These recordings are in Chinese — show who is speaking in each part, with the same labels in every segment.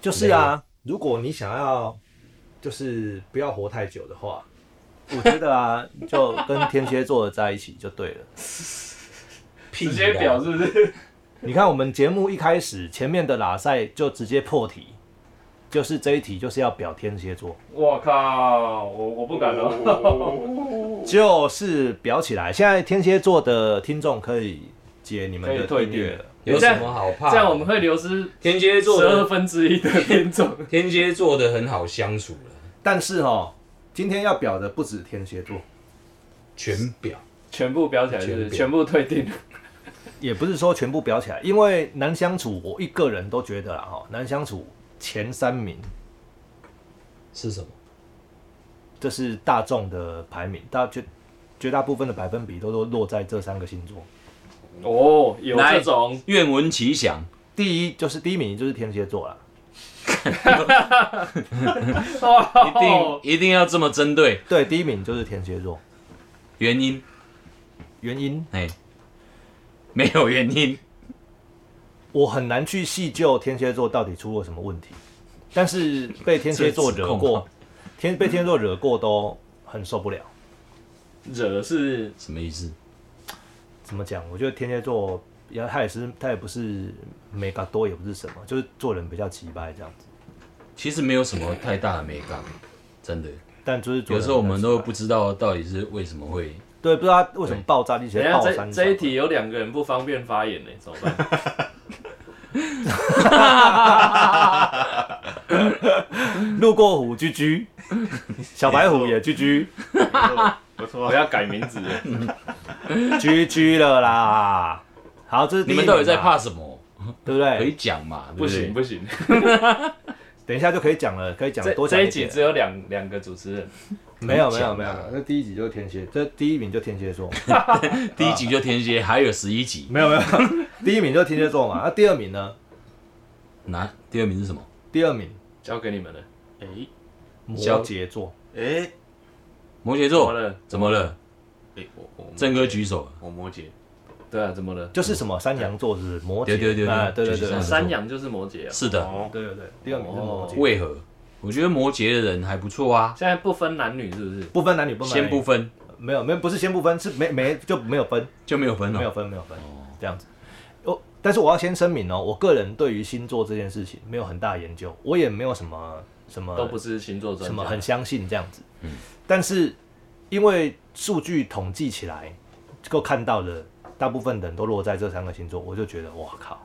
Speaker 1: 就是啊，如果你想要就是不要活太久的 话，我觉得啊，就跟天蝎座的在一起就对了。
Speaker 2: 直接表是不是？
Speaker 1: 你看我们节目一开始前面的拉赛就直接破题，就是这一题就是要表天蝎座，
Speaker 2: 我靠，我我不敢了。
Speaker 1: 就是表起来。现在天蝎座的听众可以解你们
Speaker 2: 可
Speaker 1: 的
Speaker 2: 以退
Speaker 1: 订阅
Speaker 2: 订
Speaker 1: 了。
Speaker 3: 有什么好怕？
Speaker 2: 这样我们会流失
Speaker 3: 天蝎座
Speaker 2: 十二
Speaker 3: 的
Speaker 2: 分之一的品种。
Speaker 3: 天蝎座的很好相处了，
Speaker 1: 但是哦，今天要表的不止天蝎座，
Speaker 3: 全表
Speaker 2: 全部标起来，就
Speaker 3: 全
Speaker 2: 是
Speaker 3: 部
Speaker 2: 全部退订。
Speaker 1: 也不是说全部表起来，因为难相处，我一个人都觉得啦哈，难相处前三名，
Speaker 3: 是什么？
Speaker 1: 这是大众的排名，大绝绝大部分的百分比都都落在这三个星座。
Speaker 2: 哦，有
Speaker 3: 来
Speaker 2: 这种
Speaker 3: 愿闻其详。
Speaker 1: 第一就是第一名就是天蝎座啦，
Speaker 3: 一定
Speaker 2: 哦，
Speaker 3: 一定要这么针对
Speaker 1: 对，第一名就是天蝎座，
Speaker 3: 原因，
Speaker 1: 原因
Speaker 3: 哎，没有原因，
Speaker 1: 我很难去细究天蝎座到底出了什么问题，但是被天蝎座惹
Speaker 3: 这指控啊
Speaker 1: 过，天被天蝎座惹过都很受不了。
Speaker 2: 惹是
Speaker 3: 什么意思？
Speaker 1: 怎么讲？我觉得天蝎座，也他也是他也不是美嘎多，也不是什么，就是做人比较急掰这样子。
Speaker 3: 其实没有什么太大的美感，真的。
Speaker 1: 但就是做
Speaker 3: 有
Speaker 1: 人
Speaker 3: 时候我们
Speaker 1: 比
Speaker 3: 都
Speaker 1: 较
Speaker 3: 不
Speaker 1: 急
Speaker 3: 知道到底是为什么会，
Speaker 1: 掰对，不知道他为什么爆炸力
Speaker 2: 等
Speaker 1: 先
Speaker 2: 一下
Speaker 1: 爆
Speaker 2: 这
Speaker 1: 三
Speaker 2: 这一题有两个人不方便发言呢，怎么办？
Speaker 1: 路过虎居居， 小白虎也居居
Speaker 4: 不错
Speaker 2: 我
Speaker 4: 啊，
Speaker 2: 要改名字了。
Speaker 1: 居居了啦。好，这是第一
Speaker 3: 你们到底在
Speaker 1: 名嘛
Speaker 3: 怕什么？
Speaker 1: 对不
Speaker 3: 可以
Speaker 1: 对？
Speaker 3: 讲嘛，
Speaker 2: 不行
Speaker 3: 不
Speaker 2: 不行，
Speaker 1: 等一下就可以讲了，可以讲
Speaker 2: 这
Speaker 1: 多讲
Speaker 2: 这
Speaker 1: 一
Speaker 2: 一集
Speaker 1: 点。
Speaker 2: 只有两两个主持人。
Speaker 1: 没有没
Speaker 3: 能
Speaker 1: 有
Speaker 3: 讲
Speaker 1: 没有
Speaker 3: 啊，
Speaker 1: 那第一集就是天蝎，这 第一名就天蝎座，
Speaker 3: 对？第一集就天蝎，还有十一集，
Speaker 1: 没有没有，第一名就天蝎座嘛。那第二名呢？
Speaker 3: 那第二名是什么？
Speaker 1: 第二名
Speaker 2: 交给你们了。
Speaker 4: 哎
Speaker 1: 摩
Speaker 3: 交
Speaker 1: 羯座，
Speaker 4: 哎
Speaker 3: 摩羯
Speaker 2: 怎么
Speaker 3: 座
Speaker 2: 了？
Speaker 3: 怎么了？
Speaker 4: 哎，我我
Speaker 3: 郑哥举手，
Speaker 4: 我摩羯，
Speaker 2: 对啊，怎么了？
Speaker 1: 就是什么山羊座是不是摩羯，
Speaker 3: 对对对对
Speaker 1: 啊对对
Speaker 3: 就是
Speaker 1: 对
Speaker 3: 这样子
Speaker 1: 对
Speaker 2: 山羊就是摩羯啊。
Speaker 3: 是的，
Speaker 4: 哦，
Speaker 1: 对对，第二名是摩羯。
Speaker 2: 哦
Speaker 3: 为何？我觉得摩羯的人还不错啊，
Speaker 2: 现在不分男女是不是？
Speaker 1: 不分男女，不分男
Speaker 3: 先
Speaker 1: 女
Speaker 3: 不分
Speaker 1: 没有没有不是先不分，是没没就没有分，
Speaker 3: 就没有分哦
Speaker 1: 没有
Speaker 2: 哦
Speaker 3: 了，
Speaker 1: 分没有分这样子。哦，但是我要先声明哦，我个人对于星座这件事情没有很大研究，我也没有什么什么
Speaker 2: 都不是星座专家。嗯
Speaker 1: 什么很相信这样子。但是因为数据统计起来，够看到的大部分人都落在这三个星座，我就觉得哇靠，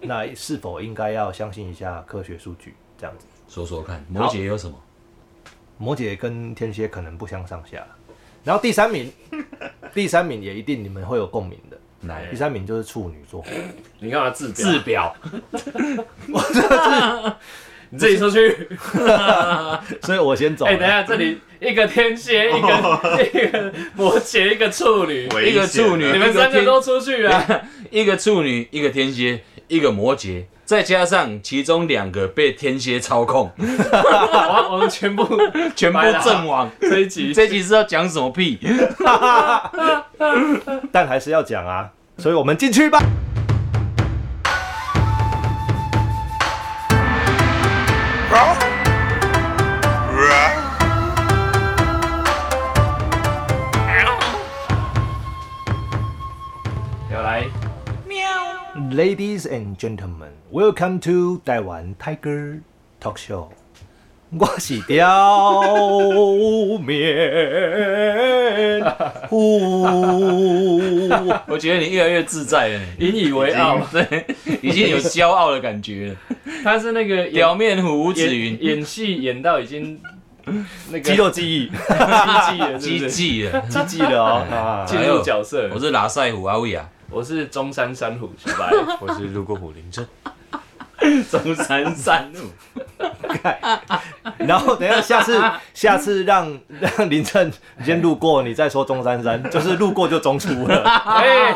Speaker 1: 那是否应该要相信一下科学数据这样子？
Speaker 3: 说说看，摩羯有什么？
Speaker 1: 摩羯跟天蝎可能不相上下。然后第三名， 第三名也一定你们会有共鸣的。
Speaker 3: 来
Speaker 1: 第三名就是处女座，
Speaker 2: 你干嘛自表？
Speaker 3: 自表，
Speaker 2: 你自己出去。
Speaker 1: 所以我先走了。
Speaker 2: 哎，等一下，这里一个天蝎，一个一个摩羯，一个处女，
Speaker 4: 危险
Speaker 3: 一个处女
Speaker 4: 了
Speaker 2: 啊你们三个都出去 啊！
Speaker 3: 一个处女，一个天蝎，一个摩羯，再加上其中两个被天蝎操 控，
Speaker 2: 我我们全部
Speaker 3: 全部
Speaker 2: 白了
Speaker 3: 阵亡。
Speaker 2: 这一 集
Speaker 3: 这集是要讲什么屁？
Speaker 1: 但还是要讲啊，所以我们进去吧。
Speaker 2: 有来
Speaker 1: Ladies and gentlemen, welcome to 台湾 Tiger Talk Show。我是刁面虎，
Speaker 3: 我觉得你越来越自在了，
Speaker 2: 引以为傲，
Speaker 3: 对，已经有骄傲的感觉 了。
Speaker 2: 他是那个
Speaker 3: 表面虎吴子
Speaker 2: 演
Speaker 3: 云，
Speaker 2: 演戏演到已经那个
Speaker 1: 肌肉记忆，
Speaker 2: 记忆了，是
Speaker 3: 机
Speaker 2: 不是？
Speaker 3: 器了。
Speaker 1: 记记了哦。啊
Speaker 2: 进入角色
Speaker 3: 我，是拉塞虎阿伟啊，
Speaker 2: 我是中山山虎徐白，
Speaker 4: 我是路过虎林镇，
Speaker 3: 中山山虎，
Speaker 1: 然后等一下，下次下次让 让林正先路过，你再说中山山，就是路过就中出了。
Speaker 2: 哎，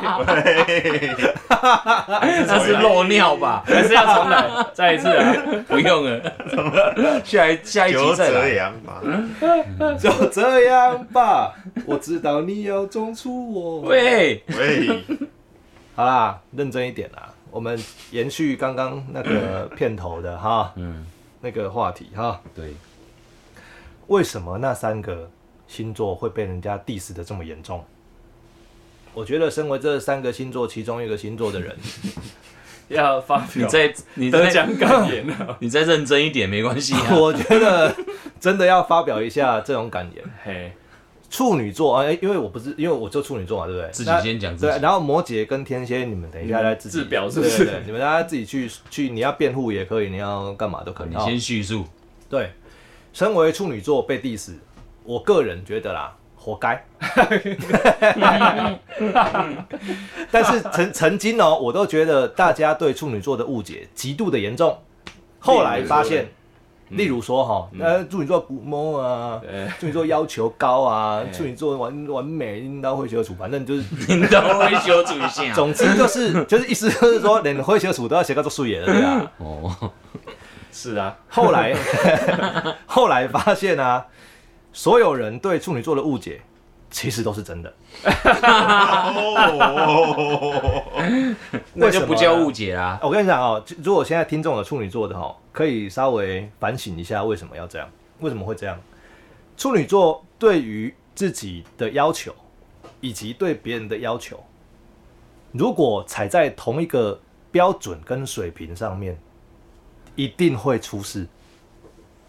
Speaker 3: 那是漏尿吧？
Speaker 2: 还是要重来，再一次啊！
Speaker 3: 不用了， 下一下一
Speaker 4: 九
Speaker 3: 集再
Speaker 4: 折
Speaker 3: 来。
Speaker 4: 阳吧，
Speaker 1: 就这样吧，我知道你要中出我。
Speaker 3: 喂，
Speaker 4: 喂，
Speaker 1: 好啦，认真一点啦。我们延续刚刚那 个片头的哈，嗯，那个话题哈，
Speaker 3: 对，
Speaker 1: 为什么那三个星座会被人家 diss 的这么严重？我觉得身为这三个星座其中一个星座的 人，
Speaker 2: 要发
Speaker 3: 你
Speaker 2: 表
Speaker 3: 再你
Speaker 2: 得
Speaker 3: 再
Speaker 2: 奖感言啊了。
Speaker 3: 你再认真一点没关系啊。
Speaker 1: 我觉得真的要发表一下这种感言。
Speaker 2: 嘿，
Speaker 1: 处女座啊，哎因为我不是，因为我就处女座嘛，对不对？
Speaker 3: 自己
Speaker 1: 那
Speaker 3: 先讲自
Speaker 1: 对，
Speaker 3: 己，
Speaker 1: 然后摩羯跟天蝎，你们等一下再自己
Speaker 2: 自表是不
Speaker 1: 对
Speaker 2: 是
Speaker 1: 对对你们大家自己去去，你要辩护也可以，你要干嘛都可以。
Speaker 3: 你
Speaker 1: 哦
Speaker 3: 先叙述。
Speaker 1: 对，身为处女座被 diss，我个人觉得啦，活 该。但是曾曾经哦，我都觉得大家对处女座的误解极度的严重，后来发现，例如说哈、呃，处女座古摸啊，
Speaker 2: 对，
Speaker 1: 处女座要求高 啊，处女座完完美应当会学处，反正 就是，
Speaker 3: 你都会修主线
Speaker 1: 总之就是就是意思就是说，连会学处都要写到做素颜了，对啊。
Speaker 3: 哦，
Speaker 2: 是啊，
Speaker 1: 后来， 后来发现啊，所有人对处女座的误解其实都是真的。
Speaker 4: 哦，
Speaker 3: 那就不叫
Speaker 1: 为什么
Speaker 3: 误
Speaker 1: 呢。
Speaker 3: 解啊啦。
Speaker 1: 我跟你讲哦，就如果现在听众有处女座的哦，可以稍微反省一下为什么要这样，为什么会这样？处女座对于自己的要求以及对别人的要求，如果踩在同一个标准跟水平上面，一定会出事。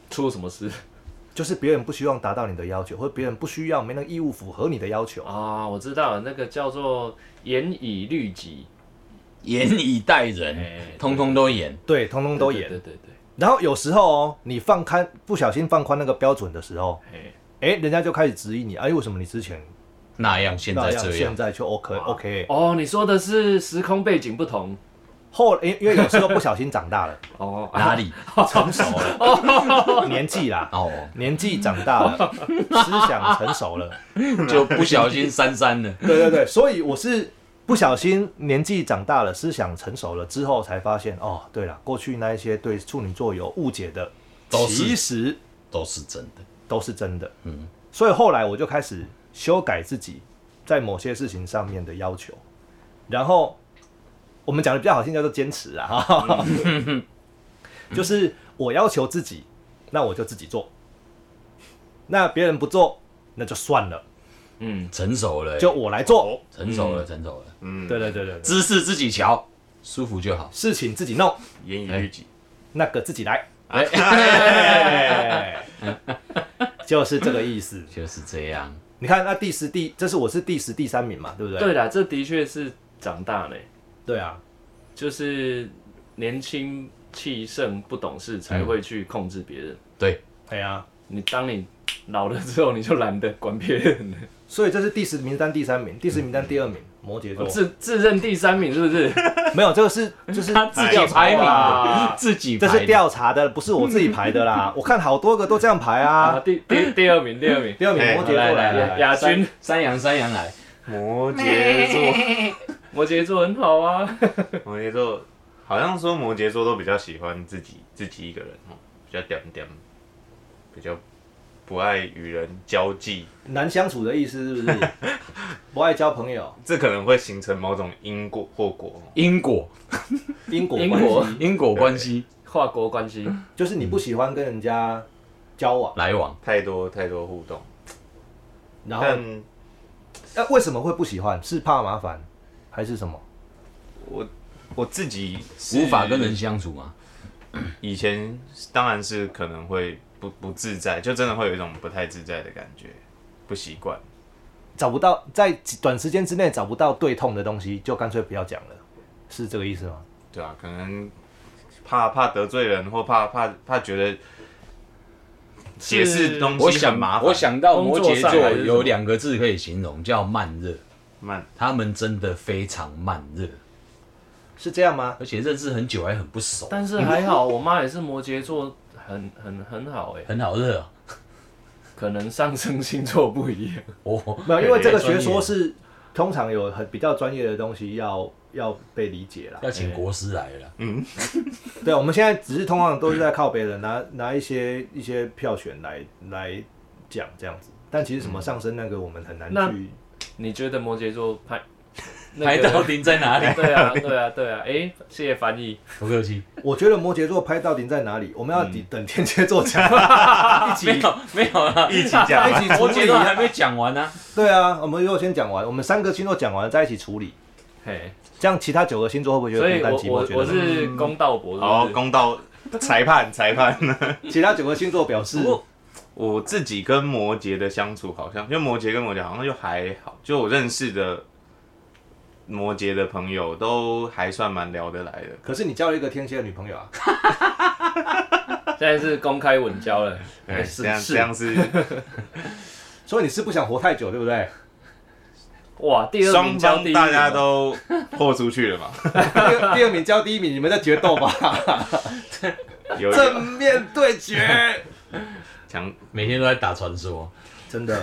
Speaker 2: 出什么事
Speaker 1: 就是别人不希望达到你的要求，或者别人不需要没能义务符合你的要求。
Speaker 2: 啊？我知道了，那个叫做严以律己，
Speaker 3: 严以待
Speaker 2: 哎
Speaker 3: 人，通通都严。
Speaker 1: 对，通通都严。
Speaker 2: 对对对对，
Speaker 1: 然后有时候哦，你放开不小心放宽那个标准的时候，
Speaker 2: 嘿，
Speaker 1: 哎，人家就开始质疑你，哎，为什么你之前
Speaker 3: 那样，现
Speaker 1: 那
Speaker 3: 在
Speaker 1: 样，
Speaker 3: 这
Speaker 1: 现
Speaker 3: 样，
Speaker 1: 在就 OK OK？
Speaker 2: 哦，你说的是时空背景不同
Speaker 1: 后因因为有时候不小心长 大了，
Speaker 2: 哦，
Speaker 1: 啊
Speaker 3: 哪里？
Speaker 1: 成熟了，年纪啦，
Speaker 3: 哦，
Speaker 1: 年纪长大了，思想成熟了，
Speaker 3: 就不小心删删了。
Speaker 1: 对对对，所以我是不小心年纪长大了，思想成熟了之后，才发现哦，对了，过去那一些对处女座有误解的，
Speaker 3: 都是
Speaker 1: 其实
Speaker 3: 都是真的。
Speaker 1: 都是真的。嗯，所以后来我就开始修改自己在某些事情上面的要求，然后我们讲的比较好听叫做坚持啊，哈哈哈就是我要求自己，那我就自己做，那别人不做那就算了，
Speaker 2: 嗯，
Speaker 3: 成熟了欸，
Speaker 1: 就我来做。
Speaker 3: 成熟了，成熟了，
Speaker 4: 嗯，
Speaker 1: 对对对对对，
Speaker 3: 姿势自己瞧，舒服就好。
Speaker 1: 事情自己弄，
Speaker 4: 严以律己，
Speaker 1: 那个自己来，
Speaker 3: 哎，
Speaker 1: 哎，就是这个意思。
Speaker 3: 就是这样。
Speaker 1: 你看，那第十第，这是我是第十第三名嘛，对不对？
Speaker 2: 对啦，这的确是长大了，
Speaker 1: 对啊，
Speaker 2: 就是年轻气盛、不懂事
Speaker 1: 嗯
Speaker 2: 才会去控制别人。
Speaker 3: 对，
Speaker 1: 对啊，
Speaker 2: 你当你老了之后，你就懒得管别人了。
Speaker 1: 所以这是第十名单第三
Speaker 3: 嗯
Speaker 1: 名，第十名单第二名，摩羯
Speaker 3: 哦
Speaker 1: 座。
Speaker 2: 自自认第三名是不是？
Speaker 1: 没有，这个是就是
Speaker 3: 他自己
Speaker 1: 调查
Speaker 3: 排名
Speaker 1: 啦，
Speaker 3: 的，自己
Speaker 1: 这
Speaker 3: 排
Speaker 1: 是
Speaker 3: 的。
Speaker 1: 调查的，不是我自己排的 啦。我看好多个都这样排
Speaker 2: 啊，
Speaker 1: 啊。
Speaker 2: 第第第二名，第二名，
Speaker 1: 第二名
Speaker 4: 哎
Speaker 1: 摩羯
Speaker 3: 来
Speaker 1: 座来
Speaker 3: 来来
Speaker 1: 来
Speaker 2: 亚
Speaker 1: 来，
Speaker 2: 亚军，
Speaker 3: 山羊，山羊来，
Speaker 4: 摩羯
Speaker 2: 摩羯座很好啊。
Speaker 4: 座，摩羯座，好像说摩羯座都比较喜欢自己自己一个人哦，比较点点，比较不爱与人交际，
Speaker 1: 难相处的意思是不 是？不爱交朋友，
Speaker 4: 这可能会形成某种因果或果哦。
Speaker 3: 因果，
Speaker 1: 因果
Speaker 2: 因
Speaker 1: 关
Speaker 2: 果
Speaker 1: 系
Speaker 3: 因果关系，
Speaker 2: 跨国关系，
Speaker 1: 就是你不喜欢跟人家交往，
Speaker 3: 来往。
Speaker 4: 太多太多互动，
Speaker 1: 然后
Speaker 4: 但
Speaker 1: 那为什么会不喜欢？是怕麻烦，还是什么？
Speaker 4: 我我自己是
Speaker 3: 无法跟人相处嘛，
Speaker 4: 以前当然是可能会不不自在，就真的会有一种不太自在的感觉，不习惯。
Speaker 1: 找不到，在短时间之内找不到对痛的东西，就干脆不要讲了，是这个意思吗？
Speaker 4: 对啊，可能怕怕得罪人，或怕怕怕觉得解释东
Speaker 3: 我
Speaker 4: 西
Speaker 3: 想
Speaker 4: 很麻烦。
Speaker 3: 我想到摩羯
Speaker 2: 工作上
Speaker 3: 座
Speaker 2: 还是什么
Speaker 3: 有两个字可以形容，叫慢热。
Speaker 4: 慢，
Speaker 3: 他们真的非常慢热，
Speaker 1: 是这样吗？
Speaker 3: 而且认识很久还很不熟，
Speaker 2: 但是还好，我妈也是摩羯座，很很很好哎、
Speaker 3: 很好热啊。
Speaker 2: 可能上升星座不一样。
Speaker 3: 哦，
Speaker 1: 没有，因为这个
Speaker 3: 专
Speaker 1: 学
Speaker 3: 业
Speaker 1: 说是通常有很比较专业的东西要要被理解啦。
Speaker 3: 要请国师来了啦。
Speaker 1: 对，我们现在只是通常都是在靠别人拿拿一些一些票选来来讲这样子，但其实什么上升那个我们很难
Speaker 2: 那
Speaker 1: 去。
Speaker 2: 你觉得摩羯座派那
Speaker 3: 拍到
Speaker 2: 个，
Speaker 3: 底在哪里？
Speaker 2: 对啊，对啊，对啊，哎、谢谢翻译，
Speaker 3: 不客气，
Speaker 1: 我觉得摩羯座拍到顶在哪里？我们要
Speaker 2: 嗯
Speaker 1: 等等天蝎座讲， 一
Speaker 3: 没
Speaker 1: 起
Speaker 3: 有没有啦，
Speaker 4: 一起讲
Speaker 1: 一
Speaker 4: 完
Speaker 1: 起处
Speaker 3: 摩羯
Speaker 1: 理
Speaker 3: 都
Speaker 1: 啊。
Speaker 3: 还没讲完呢、
Speaker 1: 对啊，我们如果先讲完，我们三个星座讲完了，在一起处理，
Speaker 2: 嘿，
Speaker 1: 这样其他九个星座会不会觉
Speaker 2: 所
Speaker 1: 得
Speaker 2: 以
Speaker 1: 孤
Speaker 2: 我
Speaker 1: 单寂寞？
Speaker 2: 我
Speaker 1: 觉
Speaker 2: 我
Speaker 1: 得呢
Speaker 2: 是公道博，
Speaker 4: 好，
Speaker 2: 是不是
Speaker 4: 哦公道裁判裁判。
Speaker 1: 其他九个星座表示
Speaker 4: 不，过我自己跟摩羯的相处好像，因为摩羯跟摩羯好像就还好，就我认识的摩羯的朋友都还算蛮聊得来的。
Speaker 1: 可是你交了一个天蝎的女朋友啊，
Speaker 2: 现在是公开稳交了，
Speaker 4: 哎，
Speaker 2: 是
Speaker 4: 这样
Speaker 2: 是
Speaker 4: 这样是
Speaker 1: 所以你是不想活太久，对不对？
Speaker 2: 哇，第二
Speaker 4: 双
Speaker 2: 名交第
Speaker 4: 方
Speaker 2: 一名啊
Speaker 4: 大家都豁出去了 嘛？
Speaker 1: 第二第二名交第一名，你们在决斗吧，
Speaker 4: 有一个
Speaker 1: 正面对决，
Speaker 4: 强
Speaker 3: 每天都在打传说，
Speaker 1: 真的。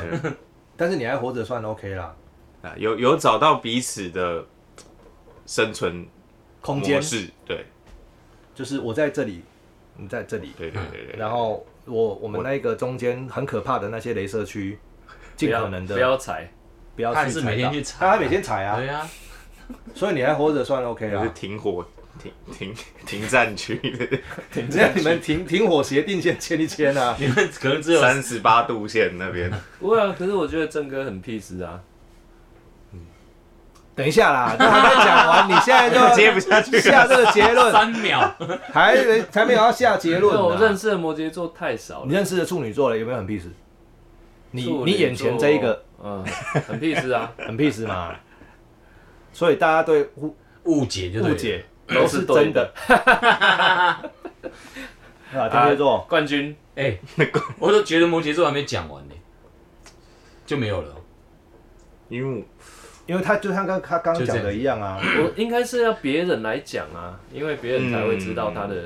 Speaker 1: 但是你还活着算 OK 啦，
Speaker 4: 啊，有有找到彼此的生存
Speaker 1: 空
Speaker 4: 模
Speaker 1: 间
Speaker 4: 式，对
Speaker 1: 就是我在这里，你在这里，
Speaker 4: 对对对对。
Speaker 1: 然后我我们那个中间很可怕的那些镭射区，尽
Speaker 2: 不要
Speaker 1: 可能的
Speaker 2: 不要踩，
Speaker 1: 不要
Speaker 3: 他
Speaker 1: 去
Speaker 3: 是
Speaker 1: 踩
Speaker 3: 每天
Speaker 1: 到
Speaker 3: 去踩
Speaker 1: 他还每天踩
Speaker 4: 哎
Speaker 1: 啊
Speaker 3: 对，呀、
Speaker 1: 所以你还活着算 OK 啊
Speaker 4: 就是
Speaker 1: 啦。
Speaker 4: 停火停停 停战区
Speaker 1: 只要你们停停火协定先签一签 啊，
Speaker 3: 你们可能只有
Speaker 4: 三十八度线那边，
Speaker 2: 不会啊，可是我觉得郑哥很 peace 啊，
Speaker 1: 等一下啦，那还没讲完，你现在
Speaker 4: 接
Speaker 1: 就
Speaker 4: 不下去了。
Speaker 1: 下这个结论，
Speaker 3: 三秒，
Speaker 1: 还没还没有要下结
Speaker 2: 因为我
Speaker 1: 论啊
Speaker 2: 认
Speaker 1: 呢。
Speaker 2: 识的摩羯座太少
Speaker 1: 你
Speaker 2: 了，
Speaker 1: 认识的处女座了，有没有很 peace？你
Speaker 2: 处女
Speaker 1: 你眼前
Speaker 2: 座
Speaker 1: 这一个，
Speaker 2: 嗯，很 peace 啊，
Speaker 1: 很 peace 嘛？所以大家对误
Speaker 3: 误解就对
Speaker 1: 误
Speaker 3: 了，
Speaker 1: 解
Speaker 2: 都
Speaker 1: 都
Speaker 2: 是
Speaker 1: 是
Speaker 2: 对
Speaker 1: 真的。啊，天蝎座，
Speaker 2: 冠军，
Speaker 3: 哎、我都觉得摩羯座还没讲完呢，就没有了。
Speaker 4: 因为
Speaker 1: 因为他就像刚他刚刚讲的一样啊，
Speaker 2: 我应该是要别人来讲啊，因为别人才会知道他的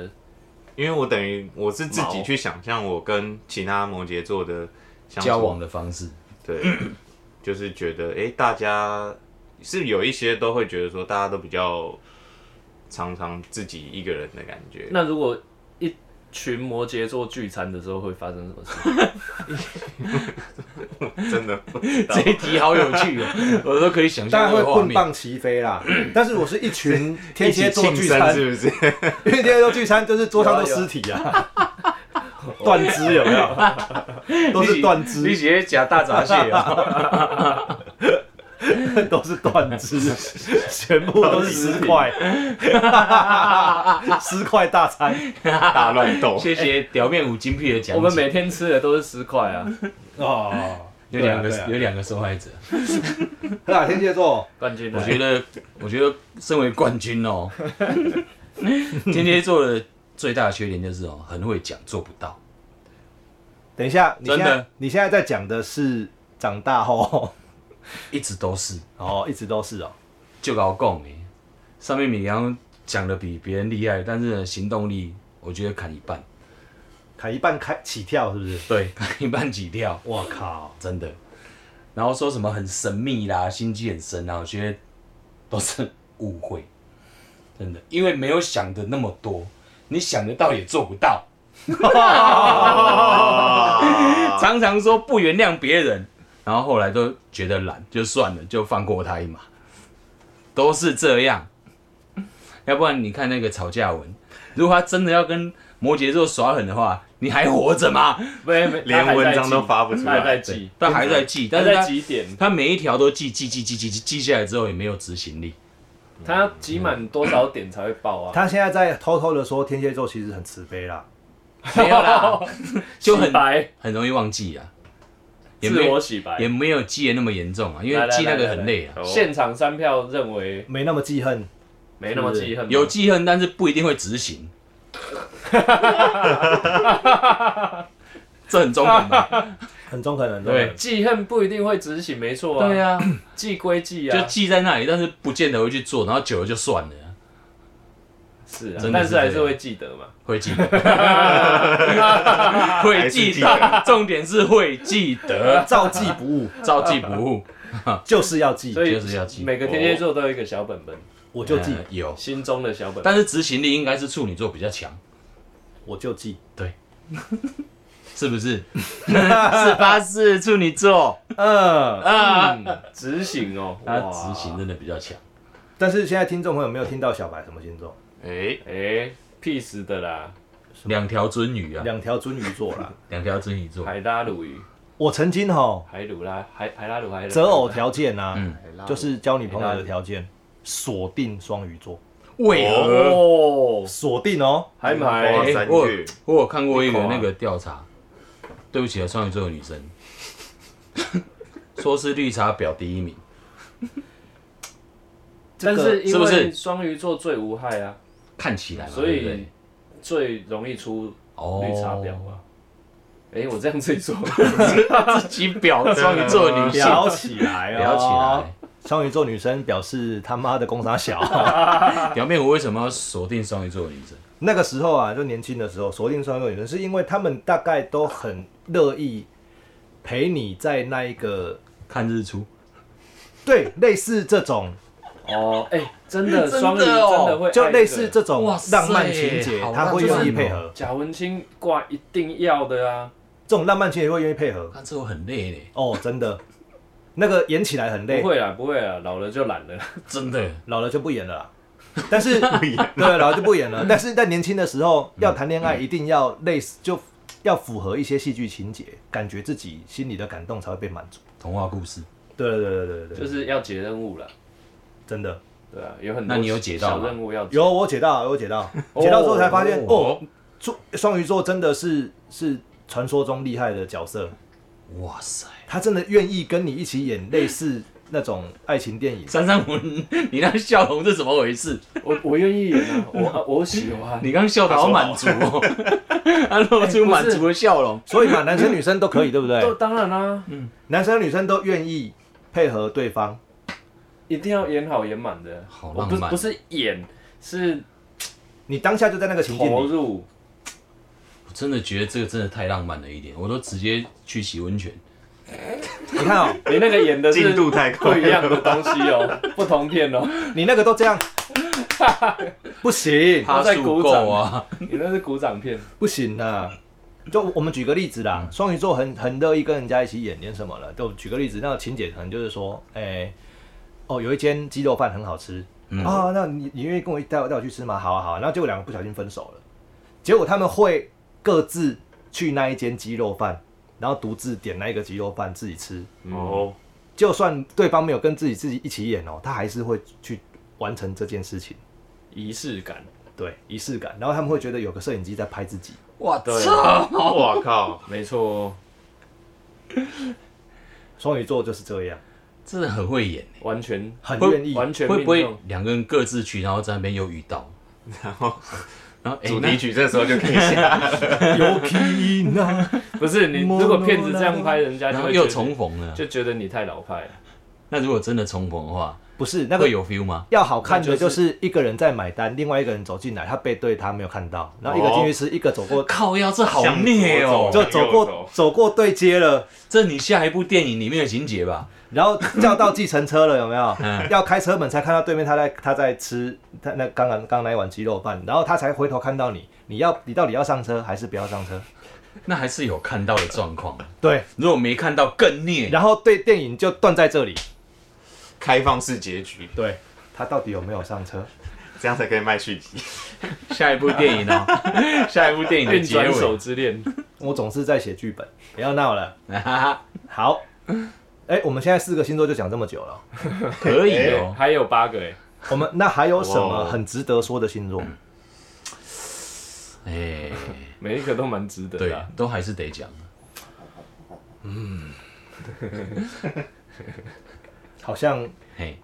Speaker 4: 因为我等于我是自己
Speaker 2: 毛
Speaker 4: 去想象我跟其他摩羯座的相处
Speaker 3: 交往，的方 式，
Speaker 4: 对，就是觉得哎、诶大家是有一些都会觉得说，大家都比较常常自己一个人的感觉，
Speaker 2: 那如果一群摩羯座聚餐的时候会发生什么事？
Speaker 4: 真的不
Speaker 3: 这一题好有趣哦， 我都可以想
Speaker 1: 当然
Speaker 3: 象那
Speaker 1: 会
Speaker 3: 个画
Speaker 1: 棍
Speaker 3: 面。
Speaker 1: 棒齐飞啦。 但是我是一群天蝎座
Speaker 4: 一起
Speaker 1: 聚
Speaker 4: 庆生
Speaker 1: 餐，
Speaker 4: 是 不是？
Speaker 1: 因为天蝎座聚餐就是桌上都尸体啊， 断肢有没有？都是断肢，
Speaker 3: 你写假大闸蟹 啊，
Speaker 1: 都是断肢， 全部都是十块，十块大餐。
Speaker 4: 大乱斗，
Speaker 3: 谢谢表面无精辟的讲解。
Speaker 2: 我们每天吃的都是十块 啊，
Speaker 1: 哦，
Speaker 3: 有两个
Speaker 1: 对啊
Speaker 3: 有两个受害者，
Speaker 1: 对啊，天蝎座，
Speaker 2: 冠军
Speaker 3: 我
Speaker 2: 来，
Speaker 3: 觉得我觉得身为冠军哦， 天蝎座的最大的缺点就是哦，很会讲做不到。
Speaker 1: 等一下，你现
Speaker 3: 真
Speaker 1: 在
Speaker 3: 的
Speaker 1: 你现在在讲的是长大后，
Speaker 3: 一直都是
Speaker 1: 哦，一直都是哦，
Speaker 3: 就搞共诶，上面米刚讲的比别人厉害，但是呢行动力我觉得砍一半，
Speaker 1: 砍一半开起跳是不是？
Speaker 3: 对，砍一半起跳，
Speaker 1: 我靠，
Speaker 3: 真的。然后说什么很神秘啦，心机很深啊，我觉得都是误会，真的，因为没有想的那么多，你想得到也做不到。
Speaker 4: 啊
Speaker 3: 常常说不原谅别人，然后后来都觉得懒，就算了，就放过他一马，都是这样。要不然你看那个吵架文，如果他真的要跟摩羯座耍狠的话，你还活着吗？
Speaker 2: 没 没，
Speaker 4: 连
Speaker 2: 他还在
Speaker 4: 文章都
Speaker 2: 记
Speaker 4: 发不出来
Speaker 2: 他还在记，
Speaker 3: 他还在记，
Speaker 2: 他
Speaker 3: 但是
Speaker 2: 在
Speaker 3: 他
Speaker 2: 几点？
Speaker 3: 他每一条都记记记记记记记下来之后也没有执行力，
Speaker 2: 他要集满多少点才会爆
Speaker 3: 嗯
Speaker 2: 啊？
Speaker 1: 他现在在偷偷的说天蝎座其实很慈悲啦，
Speaker 3: 没有啦，就很
Speaker 2: 洗白，
Speaker 3: 很容易忘记啊，也
Speaker 2: 自
Speaker 3: 没
Speaker 2: 我
Speaker 3: 有
Speaker 2: 洗白
Speaker 3: 也。没有记得那么严重啊，因
Speaker 2: 来
Speaker 3: 为
Speaker 2: 来
Speaker 3: 记那个
Speaker 2: 来来
Speaker 3: 很累啊，
Speaker 4: 哦
Speaker 2: 现场三票认为
Speaker 1: 没那么记恨，
Speaker 2: 没那么记恨吗，
Speaker 3: 有记恨，但是不一定会执行。 这很中肯吧？
Speaker 1: 很中肯，很中
Speaker 3: 对
Speaker 1: 肯。
Speaker 2: 记恨不一定会执行，没错啊。
Speaker 3: 对，啊，
Speaker 2: 记归记
Speaker 3: 就
Speaker 2: 啊，
Speaker 3: 记在那里，但是不见得会去做，然后久了就算了，
Speaker 2: 是啊
Speaker 3: 真，的
Speaker 2: 但
Speaker 3: 是
Speaker 2: 是还
Speaker 3: 这
Speaker 2: 是
Speaker 3: 样
Speaker 2: 会记得嘛。
Speaker 3: 会记 得，会
Speaker 4: 还是
Speaker 3: 记
Speaker 4: 记得
Speaker 3: 得，重点是会记得，
Speaker 1: 照记不误，
Speaker 3: 照记不误，
Speaker 1: 就是要记，
Speaker 2: 所以
Speaker 3: 就是要记
Speaker 2: 每个天蝎座都有一个小本本，
Speaker 1: 我就记
Speaker 3: 呃，有，
Speaker 2: 心中的小本本。
Speaker 3: 但是执行力应该是处女座比较强，
Speaker 1: 我就 记。
Speaker 3: 是不是？ 四八四处女座
Speaker 1: 嗯，
Speaker 3: 啊，
Speaker 2: 执行哦，
Speaker 3: 他
Speaker 2: 哇
Speaker 3: 执行真的比较强，
Speaker 1: 但是现在听众朋友没有听到小白什么星座？
Speaker 4: 哎，
Speaker 2: 哎、peace 的啦，
Speaker 3: 两条鳟鱼啊，
Speaker 1: 两条鳟鱼座啦。
Speaker 3: 两条鳟鱼座，
Speaker 2: 海拉鲁鱼，
Speaker 1: 我曾经吼
Speaker 2: 海鲁拉，海海拉鲁海
Speaker 1: 择偶条件啊，
Speaker 3: 嗯
Speaker 1: 就是交女朋友的条件，锁定双鱼座，
Speaker 3: 为何？
Speaker 2: 哦，
Speaker 1: 锁定哦。
Speaker 2: 海
Speaker 4: 哇
Speaker 3: 哎
Speaker 2: 买
Speaker 4: 塞三
Speaker 3: 我有
Speaker 4: 月
Speaker 3: 我有看过一个
Speaker 2: 你口啊
Speaker 3: 那个调查，对不起啊，双鱼座的女生，说是绿茶婊第一名，
Speaker 2: 但是
Speaker 3: 是
Speaker 2: 因
Speaker 3: 不
Speaker 2: 为
Speaker 3: 是
Speaker 2: 双鱼座最无害啊，
Speaker 3: 看起来嘛，
Speaker 2: 所
Speaker 3: 对不
Speaker 2: 以
Speaker 3: 对
Speaker 2: 最容易出
Speaker 3: 哦，
Speaker 2: 绿茶婊嘛。哎、我这样自 己说，
Speaker 3: 自己婊双鱼座的女性，
Speaker 1: 聊起来哦，
Speaker 3: 聊起来。
Speaker 1: 双鱼座女生表示他妈的工伤 小。
Speaker 3: 表面我为什么要锁定双鱼座的女生？
Speaker 1: 那个时候啊，就年轻的时候，锁定双鱼座女生，是因为他们大概都很乐意陪你在那一个
Speaker 3: 看日出，
Speaker 1: 对类似这种，
Speaker 2: 哦，哎、真的，
Speaker 3: 真的
Speaker 2: 双鱼真
Speaker 3: 哦
Speaker 2: 的会爱
Speaker 1: 就
Speaker 2: 这
Speaker 1: 类
Speaker 2: 个
Speaker 1: 似这种
Speaker 3: 哇塞
Speaker 1: 浪漫情节
Speaker 3: 好，
Speaker 1: 他会愿意配
Speaker 3: 浪漫
Speaker 1: 合。
Speaker 2: 贾文清挂一定要的啊，
Speaker 1: 这种浪漫情节会愿意配合
Speaker 3: 看这我很累嘞，
Speaker 1: 哦，真的，那个演起来很累
Speaker 2: 不，会啦，不会啦，老了就懒了。
Speaker 3: 真的。
Speaker 1: 老了就不演了啦。但是对，老了就 嗯不演 了。但是在年轻的时候，要谈恋爱一定要类似，就要符合一些戏剧情节，感觉自己心里的感动才会被满足。
Speaker 3: 童话故事，
Speaker 1: 对对对对对对，
Speaker 2: 就是要解任务了，
Speaker 1: 真的。
Speaker 2: 对啊，有很多
Speaker 3: 那你有解到吗
Speaker 2: 小任务要解，
Speaker 1: 有我解到，有解到，解到之后才发现，哦
Speaker 3: 哦，
Speaker 1: 双双鱼座真的是是传说中厉害的角色，
Speaker 3: 哇塞！
Speaker 1: 他真的愿意跟你一起演类似那种爱情电影。
Speaker 3: 珊珊，我你那笑容是怎么回事？
Speaker 2: 我 我愿意演啊，我我喜欢。
Speaker 3: 你刚笑得好满足哦， 他哎露出满足的笑容。
Speaker 1: 所以嘛，男生女生都可以，对不
Speaker 2: 都
Speaker 1: 对？
Speaker 2: 当然啦、
Speaker 1: 男生女生都愿意配合对方，
Speaker 2: 一定要演好演满的，
Speaker 3: 好
Speaker 2: 我
Speaker 3: 浪
Speaker 2: 不是
Speaker 3: 漫
Speaker 2: 不是演，是
Speaker 1: 你当下就在那个情境
Speaker 2: 投
Speaker 1: 里，
Speaker 2: 入。
Speaker 3: 我真的觉得这个真的太浪漫了一点，我都直接去洗温泉。
Speaker 1: 你看哦，
Speaker 2: 你那个演的是
Speaker 4: 进度太
Speaker 2: 不
Speaker 4: 快
Speaker 2: 一样的
Speaker 4: 了，
Speaker 2: 东西哦， 不同片哦，
Speaker 1: 你那个都这样，不行
Speaker 3: 他
Speaker 2: 在
Speaker 3: 数
Speaker 2: 鼓
Speaker 3: 够啊，
Speaker 2: 你那是鼓掌片。
Speaker 1: 不行呐。就我们举个例子啦，双鱼座很很乐意跟人家一起演演什么了。就举个例子，那个情节可能就是说，哎、哦，有一间鸡肉饭很好吃，
Speaker 3: 嗯
Speaker 1: 啊，那你你愿意跟我一带我带我去吃吗？好啊好啊，然后结果两个不小心分手了，结果他们会各自去那一间鸡肉饭，然后独自点那一个鸡肉饭自己吃，
Speaker 3: 嗯
Speaker 4: 哦，
Speaker 1: 就算对方没有跟自己自己一起演哦，他还是会去完成这件事情，
Speaker 2: 仪式感，
Speaker 1: 对，仪式感，然后他们会觉得有个摄影机在拍自己，
Speaker 3: 哇
Speaker 2: 对
Speaker 3: 操！
Speaker 4: 哇靠，
Speaker 2: 没错，哦
Speaker 1: 双鱼座就是这样，
Speaker 3: 真的很会演欸，
Speaker 2: 完全
Speaker 1: 很
Speaker 3: 会
Speaker 1: 愿意，
Speaker 2: 完全
Speaker 3: 哎会不
Speaker 2: 命
Speaker 3: 会
Speaker 2: 中
Speaker 3: 两个人各自去，然后在那边又遇到，
Speaker 4: 然后
Speaker 3: 然后哎，
Speaker 4: 主
Speaker 3: 那
Speaker 4: 题曲这时候就可以下，
Speaker 1: 有皮囊，
Speaker 2: 不是你如果片子这样拍，人家就
Speaker 3: 然后
Speaker 2: 会
Speaker 3: 又
Speaker 2: 觉得
Speaker 3: 重逢了。
Speaker 2: 就觉得你太老派了。
Speaker 3: 那如果真的重逢的话，
Speaker 1: 不是那
Speaker 3: 会
Speaker 1: 个
Speaker 3: 有 feel 吗？
Speaker 1: 要好看的
Speaker 2: 那
Speaker 1: 就
Speaker 2: 就是
Speaker 1: 一个人在买单，另外一个人走进来，他背对他没有看到，然后一个进去吃，一个 走过
Speaker 3: 靠腰，这好虐哦！
Speaker 1: 就
Speaker 4: 向左
Speaker 1: 走
Speaker 4: 往右
Speaker 1: 过
Speaker 4: 走
Speaker 1: 走过对接了，
Speaker 3: 这你下一部电影里面的情节吧？
Speaker 1: 然后叫到计程车了，有没有？
Speaker 3: 嗯
Speaker 1: 要开车门才看到对面他在他在吃他那刚刚刚那一碗鸡肉饭，然后他才回头看到你，你要你到底要上车还是不要上车？
Speaker 3: 那还是有看到的状况。
Speaker 1: 对，
Speaker 3: 如果没看到更虐，
Speaker 1: 然后对电影就断在这里，
Speaker 4: 开放式结局，
Speaker 1: 对他到底有没有上车？
Speaker 4: 这样才可以卖续集。
Speaker 3: 下一部电影 哦，下一部电影的
Speaker 2: 运
Speaker 3: 结
Speaker 2: 转手
Speaker 3: 尾，
Speaker 2: 之恋，
Speaker 1: 我总是在写剧本，哎不要闹了。
Speaker 3: 哈，
Speaker 1: 好，哎、我们现在四个星座就讲这么久了，
Speaker 3: 可以哦。
Speaker 2: 还有八个哎，
Speaker 1: 我们那还有什么
Speaker 4: 哇
Speaker 1: 很值得说的星座？
Speaker 3: 哎，
Speaker 2: 每一个都蛮值得
Speaker 3: 对
Speaker 2: 的啊。，
Speaker 3: 都还是得讲。
Speaker 1: 好像
Speaker 3: 嘿，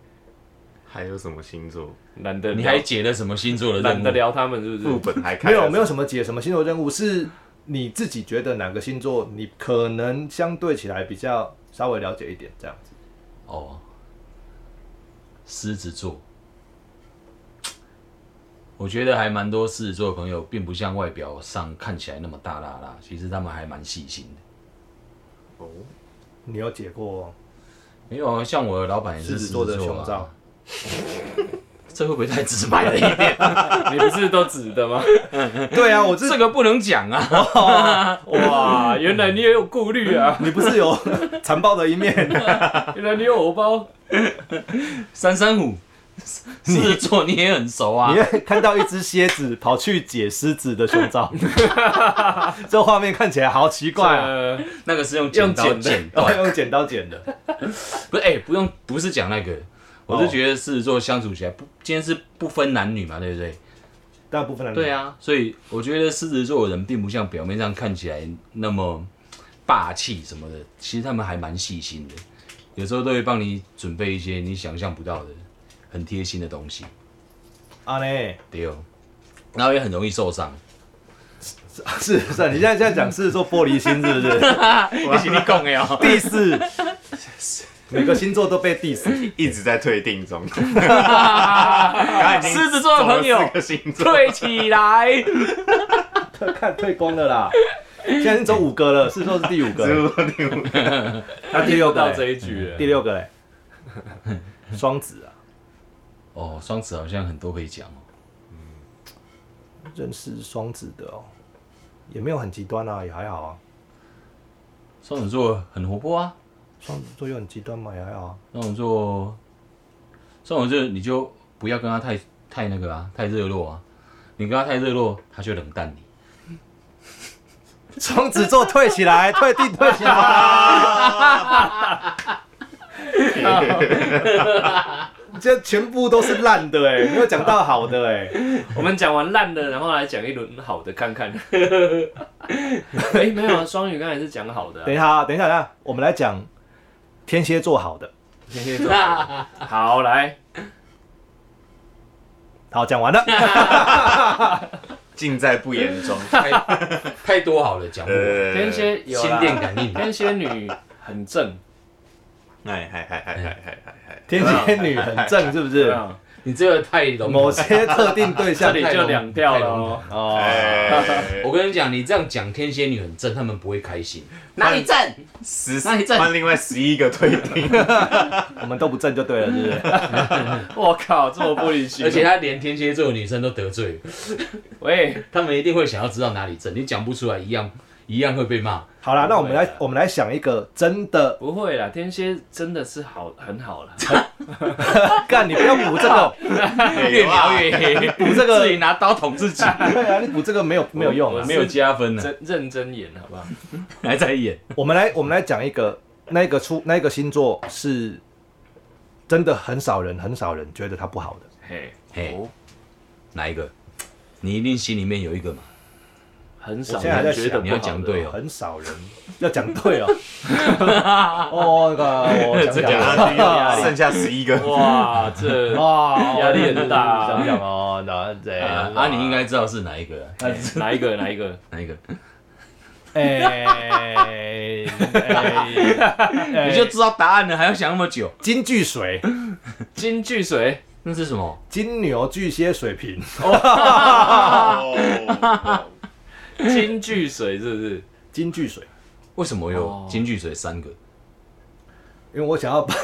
Speaker 4: 还有什么星座
Speaker 2: 懒得
Speaker 3: 你
Speaker 2: 聊
Speaker 3: 还解了什么星座的任
Speaker 2: 懒得
Speaker 3: 务？
Speaker 2: 聊他们是不
Speaker 4: 副
Speaker 2: 是？
Speaker 4: 本还开
Speaker 1: 没
Speaker 4: 了
Speaker 1: 有没有什么解什么星座任务，是你自己觉得哪个星座你可能相对起来比较稍微了解一点这样子。
Speaker 3: 哦，狮子座，我觉得还蛮多狮子座的朋友，并不像外表上看起来那么大啦啦，其实他们还蛮细心的。
Speaker 4: 哦，
Speaker 1: 你有解过
Speaker 3: 没有啊，像我的老板也
Speaker 1: 狮
Speaker 3: 是
Speaker 1: 子
Speaker 3: 狮
Speaker 1: 座
Speaker 3: 座
Speaker 1: 的胸罩
Speaker 3: 啊，？这会不会太直白了一 点？
Speaker 2: 你不是都指的 吗？
Speaker 1: 对啊，我这
Speaker 3: 这个不能讲啊。
Speaker 2: 哇，啊原来你也有顾虑啊！
Speaker 1: 你不是有 残暴的一面？
Speaker 2: 原来你有偶包，
Speaker 3: 三三五，狮子座你也很熟啊
Speaker 1: 你，会看到一只蝎子跑去解狮子的胸罩， 这画面看起来好奇怪 啊！
Speaker 2: 呃，
Speaker 3: 那个是用剪刀
Speaker 2: 用剪的
Speaker 3: 剪
Speaker 1: 哦，
Speaker 3: 断，
Speaker 1: 用剪刀剪的，
Speaker 3: 不是哎、不用，不是讲那个，我
Speaker 1: 哦
Speaker 3: 是觉得狮子座相处起来不，今天是不分男女嘛，对不对？
Speaker 1: 大部分人
Speaker 3: 对，啊，所以我觉得狮子座的人并不像表面上看起来那么霸气什么的，其实他们还蛮细心的，有时候都会帮你准备一些你想象不到的、很贴心的东西，
Speaker 1: 啊嘞，
Speaker 3: 对哦，然后也很容易受伤。
Speaker 1: 是是，啊你现在现在讲是做玻璃心是不 是？
Speaker 3: 你是你讲的哦，
Speaker 1: 第四，每个星座都被 diss，
Speaker 4: 一直在退订中。刚才已经
Speaker 3: 狮子座的朋友
Speaker 4: 走了四个星 座，
Speaker 3: 对起来，
Speaker 1: 看退光了啦。现在已经走五个了，是说是第五个了，那第六个
Speaker 2: 到
Speaker 1: 嘞
Speaker 2: 这一句了，
Speaker 1: 第六个嘞，双子啊，
Speaker 3: 哦，双子好像很多可以讲哦。
Speaker 1: 认识双子的哦，也没有很极端啊，也还好啊。
Speaker 3: 双子座很活泼啊，
Speaker 1: 双子座又很极端嘛，也还好啊。
Speaker 3: 双子座，双子座你就不要跟他太太那个啊，太热络啊，你跟他太热络，他就冷淡你。
Speaker 1: 双子座退起来，退地退起来， 这全部都是烂的哎、没有讲到好的哎、
Speaker 2: 我们讲完烂的，然后来讲一轮好的看看。哎、没有啊，双鱼刚才是讲好的、
Speaker 1: 等
Speaker 2: 啊
Speaker 1: 一，下啊，等一下，等一下，我们来讲天蝎座好的。
Speaker 2: 天蝎座。好，来，
Speaker 1: 好，讲 完了。
Speaker 4: 尽在不言中。
Speaker 3: 太太多好了，讲不完。
Speaker 4: 呃
Speaker 2: 天，蝎有
Speaker 3: 心
Speaker 2: 啦
Speaker 3: 电感应，
Speaker 2: 天蝎女很正，
Speaker 4: 哎嗨嗨嗨嗨嗨嗨嗨，
Speaker 1: 天蝎女很正，是不
Speaker 2: 对
Speaker 1: 是？
Speaker 2: 啊，
Speaker 3: 你这个太笼
Speaker 1: 某
Speaker 3: 统。
Speaker 1: 些特定对
Speaker 2: 这
Speaker 1: 象
Speaker 2: 里就两掉了哦。
Speaker 1: 哦，
Speaker 4: 哎
Speaker 3: 我跟你讲，你这样讲天蝎女很正，他们不会开心。
Speaker 4: 哪
Speaker 3: 哪
Speaker 4: 里
Speaker 3: 里正？
Speaker 4: 十
Speaker 3: 那你再
Speaker 4: 换另外十一个退订，
Speaker 1: 我们都不正就对了，是不是？
Speaker 2: 我靠，这么玻璃心。
Speaker 3: 而且他连天蝎座的女生都得罪了，
Speaker 2: 喂，
Speaker 3: 他们一定会想要知道哪里正。你讲不出来，一样一样会被骂。
Speaker 1: 好啦，那我们
Speaker 2: 对
Speaker 1: 来
Speaker 2: 啊
Speaker 1: 我们来想一个真的，
Speaker 2: 不会啦，天蝎真的是好，很好啦。
Speaker 1: 干你不要补这个，
Speaker 4: 哎
Speaker 3: 越描越黑，
Speaker 1: 补这
Speaker 3: 自
Speaker 1: 个
Speaker 3: 己拿刀捅自己，
Speaker 1: 对啊，你补这个没有没有用啊
Speaker 2: 我。
Speaker 3: 没有加分 呢，
Speaker 2: 真认真演好不好？
Speaker 3: 还在演。
Speaker 1: 我们来我们来讲一个那个出那个星座是真的很少人很少人觉得它不好的，
Speaker 2: 嘿，
Speaker 3: 嘿
Speaker 2: 哦
Speaker 3: 哪一个？你一定心里面有一个嘛？
Speaker 2: 很少
Speaker 1: 我现在还在
Speaker 2: 人觉得
Speaker 1: 想
Speaker 2: 不
Speaker 3: 你要
Speaker 2: 好
Speaker 3: 讲
Speaker 2: 的
Speaker 3: 对哦
Speaker 1: 很少人要讲 对哦。哦，那个我想
Speaker 4: 讲
Speaker 1: 想
Speaker 2: 啊
Speaker 4: 下去
Speaker 2: 压力
Speaker 4: 啊剩下十一个，
Speaker 2: 哇，这
Speaker 1: 哦
Speaker 2: 压力很大
Speaker 1: 想想哦，那这
Speaker 3: 啊
Speaker 1: 样，
Speaker 3: 啊 你应该知道是哪一个啊？
Speaker 2: 哎哪一个哪一个？
Speaker 3: 哪一个？
Speaker 1: 哎哎，
Speaker 3: 你就知道答案了，还要想那么久？
Speaker 1: 金巨水、
Speaker 2: 金巨水，
Speaker 3: 那是什么？
Speaker 1: 金牛、巨蟹、水瓶，
Speaker 4: 哦
Speaker 2: 金巨水是不是？
Speaker 1: 金巨水。
Speaker 3: 为什么
Speaker 2: 哦
Speaker 3: 有金巨水三个？
Speaker 1: 因为我想要把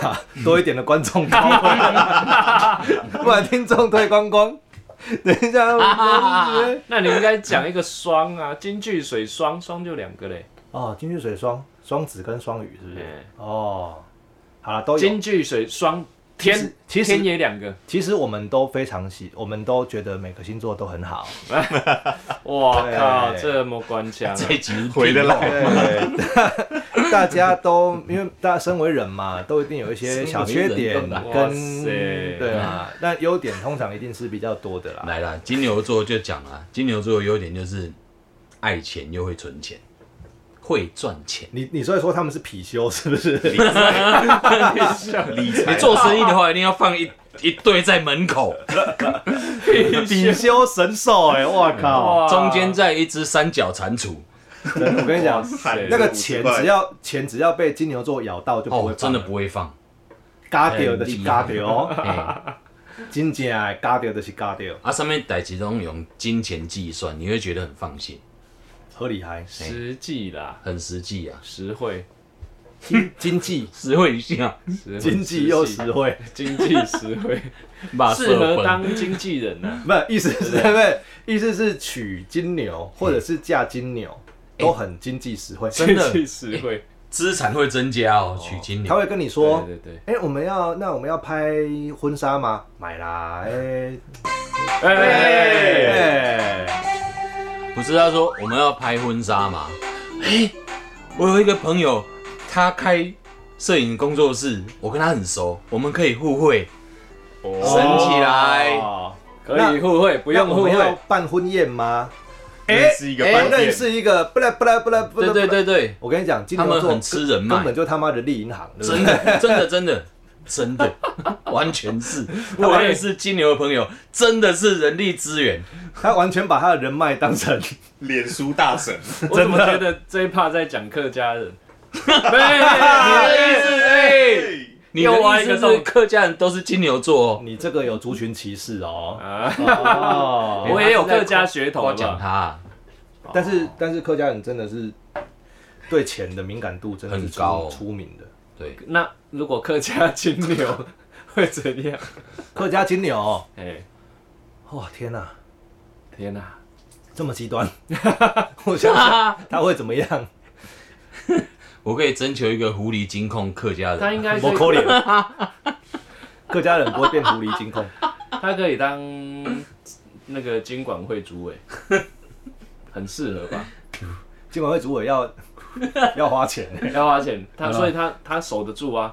Speaker 1: 多一点的观众搞回来， 不然听众推光光。等一下， 我
Speaker 2: 那你应该讲一个双啊，金巨水双双就两个嘞。
Speaker 1: 哦，金巨水双双子跟双鱼是不是
Speaker 2: 嗯？
Speaker 1: 哦，好了，都有
Speaker 2: 金。巨水双天，
Speaker 1: 其实
Speaker 2: 天也两个。
Speaker 1: 其实我们都非常喜，我们都觉得每个星座都很好。
Speaker 2: 哇
Speaker 1: 对
Speaker 2: 靠，这么官腔啊！
Speaker 3: 这一集是
Speaker 4: 回得来
Speaker 1: 对， 大家都因为大家身为人嘛，都一定有一些小缺点
Speaker 3: 身为人都
Speaker 2: 难哇
Speaker 1: 跟
Speaker 2: 塞
Speaker 1: 对啊，但优点通常一定是比较多的啦。
Speaker 3: 来啦，金牛座就讲啊，金牛座的优点就是爱钱又会存钱，会赚钱。
Speaker 1: 你你所以说他们是貔貅是不是？
Speaker 2: 啊
Speaker 4: 理财
Speaker 3: 你做生意的话，一定要放一一堆在门口，
Speaker 1: 貔貅神兽哎，我靠！
Speaker 2: 哇
Speaker 3: 中间再一只三角蟾蜍。
Speaker 1: 真的我跟你讲，
Speaker 2: 塞
Speaker 1: 那个钱只要钱只要被金牛座咬到就不会
Speaker 3: 哦，
Speaker 1: 放
Speaker 3: 真
Speaker 1: 了、
Speaker 3: 的不会放。
Speaker 1: 嘎掉的是嘎
Speaker 3: 很厉
Speaker 1: 掉哦，
Speaker 3: 哎
Speaker 1: 真正的嘎掉的是嘎掉，
Speaker 3: 啊，上面逮集中用金钱计算，你会觉得很放心，
Speaker 1: 合理还
Speaker 2: 实际啦，
Speaker 3: 很实际啊，
Speaker 2: 实惠，
Speaker 1: 经济
Speaker 3: 实惠一下，
Speaker 2: 实惠
Speaker 1: 经济又
Speaker 2: 际
Speaker 1: 实惠，
Speaker 2: 经济实 惠，
Speaker 3: 把
Speaker 2: 适合
Speaker 3: 色
Speaker 2: 当
Speaker 3: 本
Speaker 2: 经纪人啊呢。
Speaker 1: 不意思是因为意思是娶金牛或者是嫁金牛都很经济实惠，
Speaker 3: 真的
Speaker 2: 经济实惠，
Speaker 3: 资产会增加哦，取经年
Speaker 1: 他。会跟你说，
Speaker 2: 对对
Speaker 1: 哎、我们要那我们要拍婚纱吗？买啦，哎、
Speaker 2: 对，哎，
Speaker 1: 哎、
Speaker 3: 不是他说我们要拍婚纱嘛？哎、我有一个朋友，他开摄影工作室，我跟他很熟，我们可以互惠，
Speaker 4: 哦，
Speaker 3: 省起来。
Speaker 2: 哦可以互惠，不
Speaker 1: 不
Speaker 2: 用
Speaker 1: 我
Speaker 2: 互
Speaker 1: 们要
Speaker 2: 惠，
Speaker 1: 办婚宴吗？
Speaker 4: 认识一个
Speaker 1: 哎
Speaker 4: 饭
Speaker 1: 认
Speaker 4: 店，
Speaker 1: 识一个，不啦不啦不啦不啦，
Speaker 3: 对对对对，
Speaker 1: 我跟你讲，金
Speaker 3: 他
Speaker 1: 牛
Speaker 3: 们
Speaker 1: 座
Speaker 3: 很吃人脉
Speaker 1: 根，本就他妈的立银行，对不对
Speaker 3: 真的真的真的真的， 完全是。我也是金牛的朋友，真的是人力资源。
Speaker 1: 他完全把他的人脉当成
Speaker 4: 脸书大神，
Speaker 2: 我怎么觉得这一趴在讲客家人？哎你的意思哎
Speaker 3: 你的
Speaker 2: 又挖
Speaker 3: 意
Speaker 2: 一个
Speaker 3: 思是
Speaker 2: 洞
Speaker 3: 客家人都是金牛座哦？
Speaker 1: 你这个有族群歧视哦。
Speaker 2: 啊，
Speaker 1: 哦
Speaker 2: 我也有客家血统，
Speaker 3: 我
Speaker 2: 好
Speaker 3: 讲
Speaker 2: 不好
Speaker 3: 他啊
Speaker 1: 但是但是客家人真的是对钱的敏感度真的是
Speaker 3: 很
Speaker 1: 出
Speaker 3: 高哦
Speaker 1: 出名的。
Speaker 3: 对，
Speaker 2: 那如果客家金牛 会怎样？
Speaker 1: 客家金牛哦，
Speaker 2: 哎，
Speaker 1: 哇天哪、
Speaker 2: 天哪！
Speaker 1: 这么极 端，我想想他会怎么样？
Speaker 3: 我可以征求一个狐狸金控客家
Speaker 2: 他
Speaker 3: 人
Speaker 2: 应。该是
Speaker 1: 我扣脸。客家人不会变狐狸精控，
Speaker 2: 他可以当那个金管会主委， 很适合吧？
Speaker 1: 金管会主委要 要花钱。
Speaker 2: 要花钱，他
Speaker 3: 好吧
Speaker 2: 所以他他守得住啊。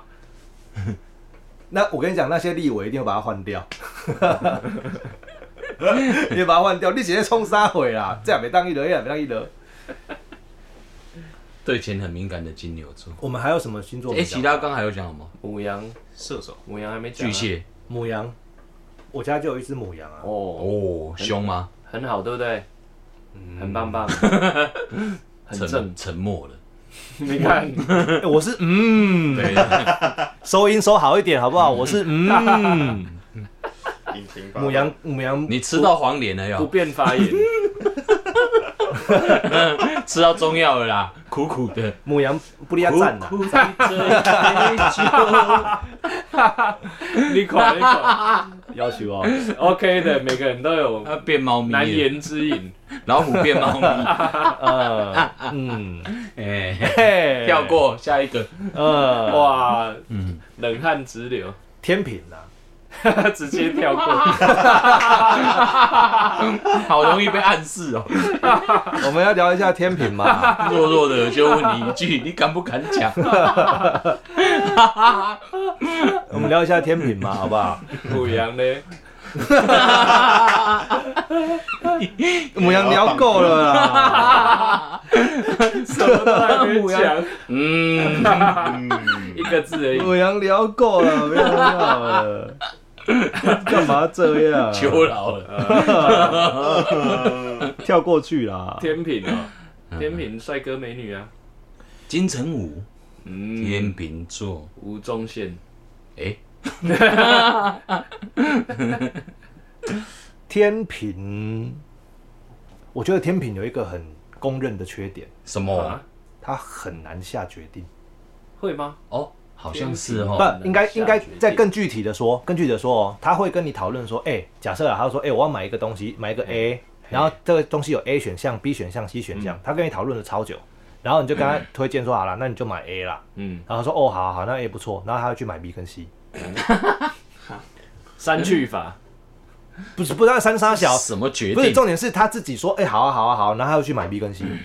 Speaker 1: 那我跟你讲，那些立委一定要把它换掉， 你把它换掉，你直接冲杀回啦，这样没当一轮，也没当一轮。
Speaker 3: 对钱很敏感的金牛座。
Speaker 1: 我们还有什么星座
Speaker 3: 哎、
Speaker 1: 没讲？
Speaker 3: 其他刚还有讲什么？
Speaker 2: 母羊，
Speaker 4: 射手，
Speaker 2: 母羊还没讲啊
Speaker 3: 巨蟹
Speaker 1: 母羊，我家就有一只母羊啊。
Speaker 2: 哦，
Speaker 3: 哦，凶吗？
Speaker 2: 很好，对不对？很棒 棒，嗯很正
Speaker 3: 沉。沉默了。
Speaker 2: 你看，
Speaker 1: 欸我是嗯，
Speaker 3: 对，
Speaker 1: 收音收好一点好不好？我是 嗯，
Speaker 4: 引擎吧
Speaker 1: 母羊母羊
Speaker 3: 你吃到黄连了
Speaker 2: 不
Speaker 3: 哟，
Speaker 2: 便发言。
Speaker 3: 吃到中药了啦，苦苦的。
Speaker 1: 母羊不利亚赞的，
Speaker 3: 苦在这
Speaker 2: 你 垮，你垮。
Speaker 1: 要求哦。
Speaker 2: OK 的，每个人都有
Speaker 3: 它变猫咪
Speaker 2: 难
Speaker 3: 了，
Speaker 2: 言之隐。
Speaker 3: 老虎变猫 咪。
Speaker 1: 呃，嗯，
Speaker 3: 哎，
Speaker 1: 嘿
Speaker 3: 跳。过下一个。
Speaker 1: 呃，哇，
Speaker 2: 哇，
Speaker 3: 嗯，
Speaker 2: 冷汗直流，
Speaker 1: 天平啊，
Speaker 2: 直接 跳过。
Speaker 3: 好容易被暗示 哦。
Speaker 1: 我们要聊一下天平嘛。
Speaker 3: 弱弱的就问你一句，你敢不敢讲？
Speaker 1: 我们聊一下天平嘛，好不好？
Speaker 2: 母羊呢？
Speaker 1: 母羊聊够了 啦，
Speaker 2: 什么都还没讲，
Speaker 3: 嗯，
Speaker 4: 嗯
Speaker 2: 一个字而已。
Speaker 1: 母羊聊够了，不要闹 了。干嘛这样？
Speaker 3: 求饶了。
Speaker 1: 跳过去啦。
Speaker 2: 天平哦，
Speaker 3: 嗯
Speaker 2: 天平帅哥美女啊，
Speaker 3: 金城武，
Speaker 2: 嗯，
Speaker 3: 天秤座。
Speaker 2: 吴宗宪，
Speaker 3: 哎，
Speaker 1: 天平，我觉得天平有一个很公认的缺点，
Speaker 3: 什么
Speaker 2: 啊？
Speaker 1: 它很难下决定。
Speaker 2: 会吗？
Speaker 3: 哦，好像是
Speaker 2: 天
Speaker 3: 哦
Speaker 2: 秤。
Speaker 1: 不，应该
Speaker 2: 下决定
Speaker 1: 应该再更具体的说，更具体的说哦，他会跟你讨论说，哎、假设啊，他说，哎、我要买一个东西，买一个 A，然后这个东西有 A 选项、B 选项、C 选项，他跟你讨论了超久，然后你就跟他推荐说，好了，那你就买 A 啦，
Speaker 2: 嗯，
Speaker 1: 然后他说，哦，好好好，那 A 不错，然后他会去买 B 跟 C，
Speaker 2: 三去法，
Speaker 1: 不是不知道三杀小，
Speaker 3: 什么决
Speaker 1: 不是
Speaker 3: 定？
Speaker 1: 重点是他自己说，哎、好啊好啊好啊，然后他又去买 B 跟 C，
Speaker 2: 嗯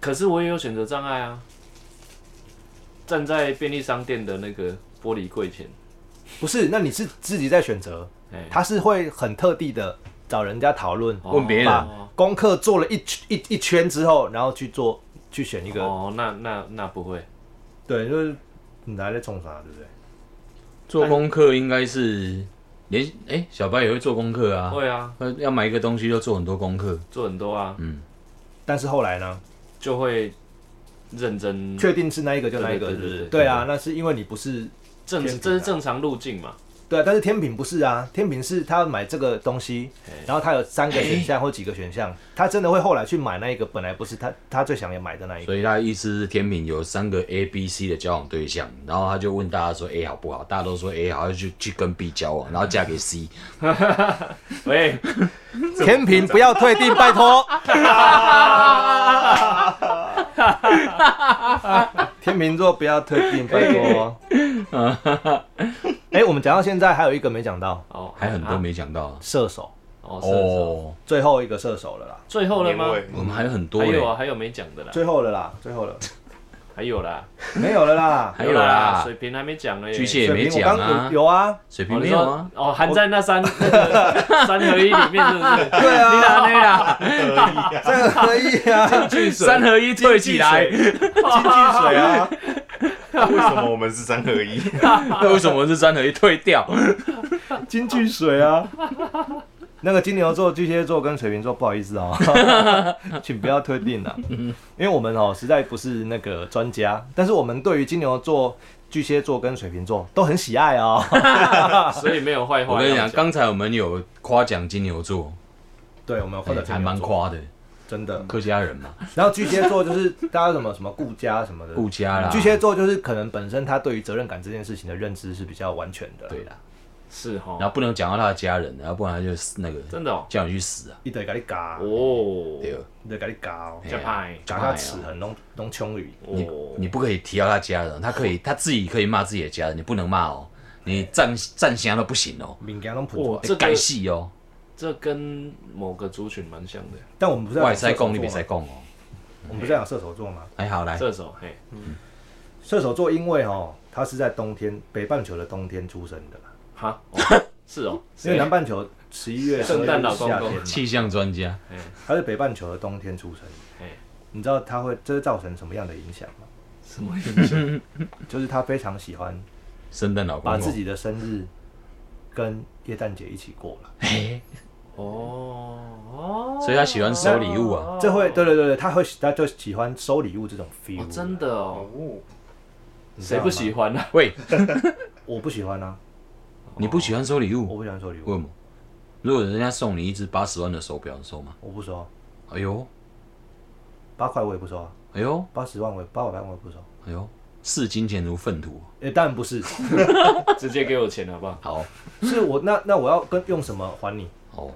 Speaker 2: 可是我也有选择障碍啊。站在便利商店的那个玻璃柜前，
Speaker 1: 不是，那你是自己在选择，
Speaker 2: 哎，
Speaker 1: 他是会很特地的找人家讨论，
Speaker 2: 哦
Speaker 3: 问别人啊
Speaker 1: 把功课做了一圈一一圈之后，然后去做去选一个。
Speaker 2: 哦，那那那不会，
Speaker 1: 对，就是你还在冲啥，对不对？
Speaker 3: 做功课应该是连哎、小白也会做功课啊，
Speaker 2: 会啊，
Speaker 3: 那要买一个东西就做很多功课，
Speaker 2: 做很多啊，
Speaker 3: 嗯
Speaker 1: 但是后来呢，
Speaker 2: 就会认真，
Speaker 1: 确定是那一个就那一个，
Speaker 2: 嗯对
Speaker 1: 是
Speaker 2: 对
Speaker 1: 不
Speaker 2: 对
Speaker 1: 是？
Speaker 2: 对
Speaker 1: 对啊，那是因为你不是
Speaker 2: 正
Speaker 1: 天平啊
Speaker 2: 这是正常路径 嘛？
Speaker 1: 对啊，但是天平不是啊，天平是他买这个东西，然后他有三个选项或几个选项，他真的会后来去买那一个本来不是他他最想要买的那一个。
Speaker 3: 所以他的意思是天平有三个 A、B、C 的交往对象，然后他就问大家说 A 好不好，大家都说 A 好，他就去去跟 B 交往，然后嫁给 C，
Speaker 2: 喂，
Speaker 1: 天平不要退订， 拜托。天秤座不要特定，拜托。哎、我们讲到现在还有一个没讲到，
Speaker 2: 哦，
Speaker 3: 还很多
Speaker 2: 啊
Speaker 3: 没讲到啊
Speaker 1: 射手，
Speaker 2: 哦是哦，
Speaker 3: 哦，
Speaker 1: 最后一个射手了啦，
Speaker 2: 最后了吗？
Speaker 3: 我们还有很多欸
Speaker 2: 还
Speaker 3: 嘞
Speaker 2: 有啊，还有没讲的啦，
Speaker 1: 最后了啦，最后了，
Speaker 2: 还有啦，
Speaker 1: 没有了啦。
Speaker 3: 还有啦
Speaker 2: 水瓶还没讲呢。
Speaker 3: 巨蟹 也
Speaker 1: 水
Speaker 3: 没
Speaker 1: 瓶我
Speaker 3: 讲
Speaker 1: 刚
Speaker 3: 啊
Speaker 1: 有，有啊，
Speaker 3: 水
Speaker 2: 哦
Speaker 3: 瓶
Speaker 2: 你
Speaker 3: 没
Speaker 2: 说
Speaker 3: 有啊，
Speaker 2: 哦，含在那三 那个三合一里面，是不是？
Speaker 1: 对啊，
Speaker 3: 哪里 啦？
Speaker 1: 这个可以 啊，经
Speaker 3: 三合一对起 来，
Speaker 1: 济水啊，
Speaker 4: 为什么我们是三合一？
Speaker 3: 那为什么是三合一退掉？
Speaker 1: 经济水啊。那个金牛座、巨蟹座跟水瓶座，不好意思哦， 请不要特定了，因为我们哦实在不是那个专家，但是我们对于金牛座、巨蟹座跟水瓶座都很喜爱 哦。
Speaker 2: 所以没有坏话。
Speaker 3: 啊我跟你讲，刚才我们有夸奖金牛座，
Speaker 1: 对，我们有获
Speaker 3: 哎
Speaker 1: 得
Speaker 3: 还蛮
Speaker 1: 夸，
Speaker 3: 夸的，
Speaker 1: 真的。
Speaker 3: 客家人嘛，
Speaker 1: 然后巨蟹座就是大家什么什么顾家什么的，
Speaker 3: 顾家啦，
Speaker 1: 巨蟹座就是可能本身他对于责任感这件事情的认知是比较完全的，
Speaker 3: 对，啦，
Speaker 2: 是哈
Speaker 3: 然，后不能讲到他的家人，然后不然他就那个
Speaker 2: 真的哦，
Speaker 3: 叫你去死啊，
Speaker 1: 一堆给你嘎，
Speaker 2: 哦，
Speaker 3: 对哦，
Speaker 1: 一堆给你嘎哦，
Speaker 3: 哎
Speaker 2: 加派
Speaker 1: 嘎他齿痕弄弄冲鱼，
Speaker 2: 哦
Speaker 3: 你你不可以提到他家人，他可以他自己可以骂自己的家人，你不能骂哦，你站站香都不行哦，
Speaker 1: 敏感弄喷出
Speaker 2: 哦
Speaker 1: 来。
Speaker 2: 这
Speaker 3: 改
Speaker 2: 个
Speaker 3: 戏哦，
Speaker 2: 这跟某个族群蛮像的，
Speaker 1: 但我们不啊是在
Speaker 3: 外
Speaker 1: 讲
Speaker 3: 塞
Speaker 1: 射手
Speaker 3: 供你别塞
Speaker 1: 座吗？
Speaker 3: 供哦，
Speaker 1: 我们不是在讲射手座吗？
Speaker 3: 还好来，
Speaker 2: 射手嘿，
Speaker 1: 射手座因为哦，他是在冬天北半球的冬天出生的啦，
Speaker 2: 哈， 哦是哦，
Speaker 1: 因为南半球十一月
Speaker 2: 圣诞老公公
Speaker 1: 夏天嘛
Speaker 3: 气象专家，
Speaker 1: 他是北半球的冬天出生
Speaker 2: 嘿。
Speaker 1: 你知道他会这是造成什么样的影响吗？
Speaker 2: 什么影响？
Speaker 1: 就是他非常喜欢
Speaker 3: 圣诞老公哦
Speaker 1: 把自
Speaker 3: 公，
Speaker 1: 己的生日跟耶诞节一起过了。
Speaker 3: 嘿
Speaker 2: 哦，
Speaker 3: 所以他喜欢收礼物啊，
Speaker 1: 这会对对对对，他会他就喜欢收礼物这种 feel，、
Speaker 2: 哦，真，的哦，
Speaker 4: 哦，
Speaker 1: 你知道
Speaker 2: 谁
Speaker 1: 吗
Speaker 2: 不喜？欢啊呢？
Speaker 3: 喂，
Speaker 1: 我不喜欢啊，
Speaker 3: 你不喜欢收礼
Speaker 1: 我
Speaker 3: 物，
Speaker 1: 不喜欢收礼物，
Speaker 3: 为什么？如果人家送你一只八十万的手表，你收吗？
Speaker 1: 我不收，
Speaker 3: 哎呦，
Speaker 1: 八块我也不收啊，
Speaker 3: 哎呦，
Speaker 1: 八十万我也八百万我也不收。
Speaker 3: 哎呦，视金钱如粪土。
Speaker 1: 诶，当然不是，
Speaker 2: 直接给我钱好不好？
Speaker 3: 好，
Speaker 1: 是我那那我要跟用什么还你？
Speaker 3: 哦，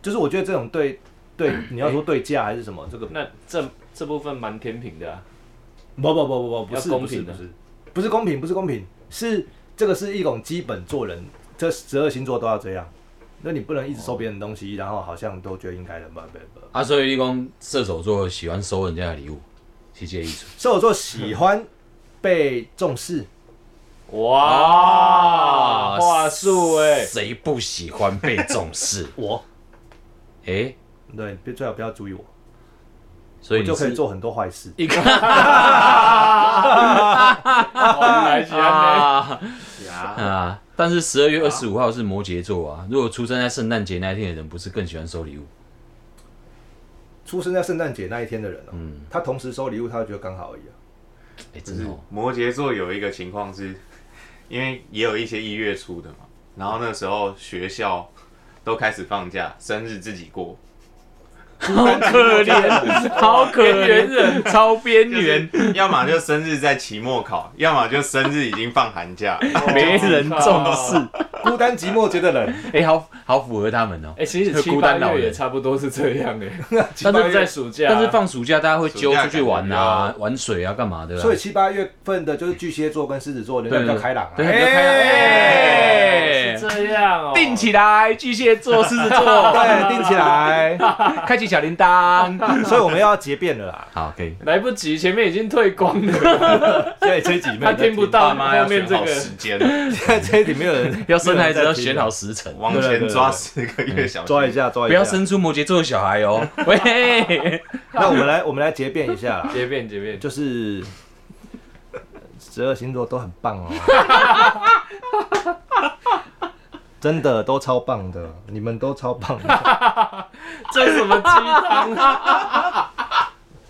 Speaker 1: 就是我觉得这种对 对，你要说对价还是什么，这个
Speaker 2: 那这这部分蛮天平的啊，
Speaker 1: 不不不不不不
Speaker 2: 要
Speaker 1: 是
Speaker 2: 公
Speaker 1: 不是
Speaker 2: 平
Speaker 1: 不
Speaker 2: 的
Speaker 1: 是不是公平不是公平，是这个是一种基本做人，这十二星座都要这样。那你不能一直收别人的东
Speaker 2: 哦
Speaker 1: 西，然后好像都觉得应该的，不不不，
Speaker 3: 啊，所以立功射手座喜欢收人家的礼物，是这个意思。
Speaker 1: 射手座喜欢被重视，
Speaker 2: 哇，话术
Speaker 1: 欸
Speaker 2: 哎，
Speaker 3: 啊谁不喜欢被重视？
Speaker 1: 我
Speaker 3: 哎，
Speaker 1: 对，别最好不要注意我，
Speaker 3: 所以
Speaker 1: 我
Speaker 3: 你
Speaker 1: 就可以
Speaker 3: 是
Speaker 1: 做很多坏事。
Speaker 3: 一个
Speaker 2: 原来是这样欸呢
Speaker 3: 啊啊！但是十二月二十五号是摩羯座啊，如果出生在圣诞节那一天的人，不是更喜欢收礼物？
Speaker 1: 出生在圣诞节那一天的人哦、
Speaker 3: 嗯
Speaker 1: 他同时收礼物，他会觉得刚好而已、啊。
Speaker 3: 哎，
Speaker 4: 就
Speaker 3: 真
Speaker 4: 是
Speaker 3: 的哦，
Speaker 4: 摩羯座有一个情况是，因为也有一些一月初的嘛，然后那时候学校都开始放假，生日自己过，
Speaker 3: 好可怜，好可
Speaker 2: 边缘
Speaker 3: 人， 超边
Speaker 4: 就是
Speaker 3: 缘，
Speaker 4: 要么就生日在期末考， 要么就生日已经放寒假。
Speaker 3: 没人重视。
Speaker 1: 孤单寂寞觉得冷，
Speaker 3: 哎，好好符合他们哦。
Speaker 2: 哎，其实
Speaker 3: 就
Speaker 2: 七
Speaker 3: 孤
Speaker 2: 八
Speaker 3: 单老
Speaker 2: 月也
Speaker 3: 人
Speaker 2: 差不多是这样哎，
Speaker 3: 但
Speaker 2: 都
Speaker 3: 是
Speaker 2: 在暑
Speaker 1: 啊
Speaker 2: 假，
Speaker 3: 但是放暑假大家会
Speaker 4: 暑
Speaker 3: 揪
Speaker 4: 假
Speaker 3: 出去
Speaker 4: 感觉
Speaker 3: 玩啊
Speaker 4: 比，
Speaker 3: 玩水啊，干嘛的啊？
Speaker 1: 所以七八月份的就是巨蟹座跟狮子座，人家比较开朗啊。
Speaker 3: 对
Speaker 1: 哎
Speaker 3: 比较开
Speaker 2: 哎
Speaker 3: 朗。
Speaker 2: 是这样哦，
Speaker 3: 定起来，巨蟹座、狮子 座，
Speaker 1: 对，定起来。
Speaker 3: 开启小铃铛。
Speaker 1: 所以我们要结辩了啦。
Speaker 3: 好，可以。
Speaker 2: 来不及，前面已经退光 了，
Speaker 1: 现在这一集没有
Speaker 2: 他
Speaker 1: 人在
Speaker 2: 听
Speaker 1: 听
Speaker 2: 不，到
Speaker 3: 爸妈要
Speaker 2: 后面这
Speaker 4: 选好
Speaker 2: 个。
Speaker 4: 时间，
Speaker 1: 现在 这一集没有人啊
Speaker 3: 要生孩子要选好时辰，
Speaker 4: 往前抓十个月小心
Speaker 1: 抓一。下抓一下。
Speaker 3: 不要生出摩羯座的小 孩哦。喂，
Speaker 1: 那我们来我们来结辩一下啦，
Speaker 2: 结辩结辩，
Speaker 1: 就是呃十二星座都很棒哦。真的都超棒的，你们都超棒的，
Speaker 2: 这是什么鸡汤啊？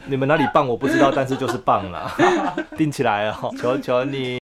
Speaker 1: 你们哪里棒我不知道，但是就是棒啦，定起来哦，求求你。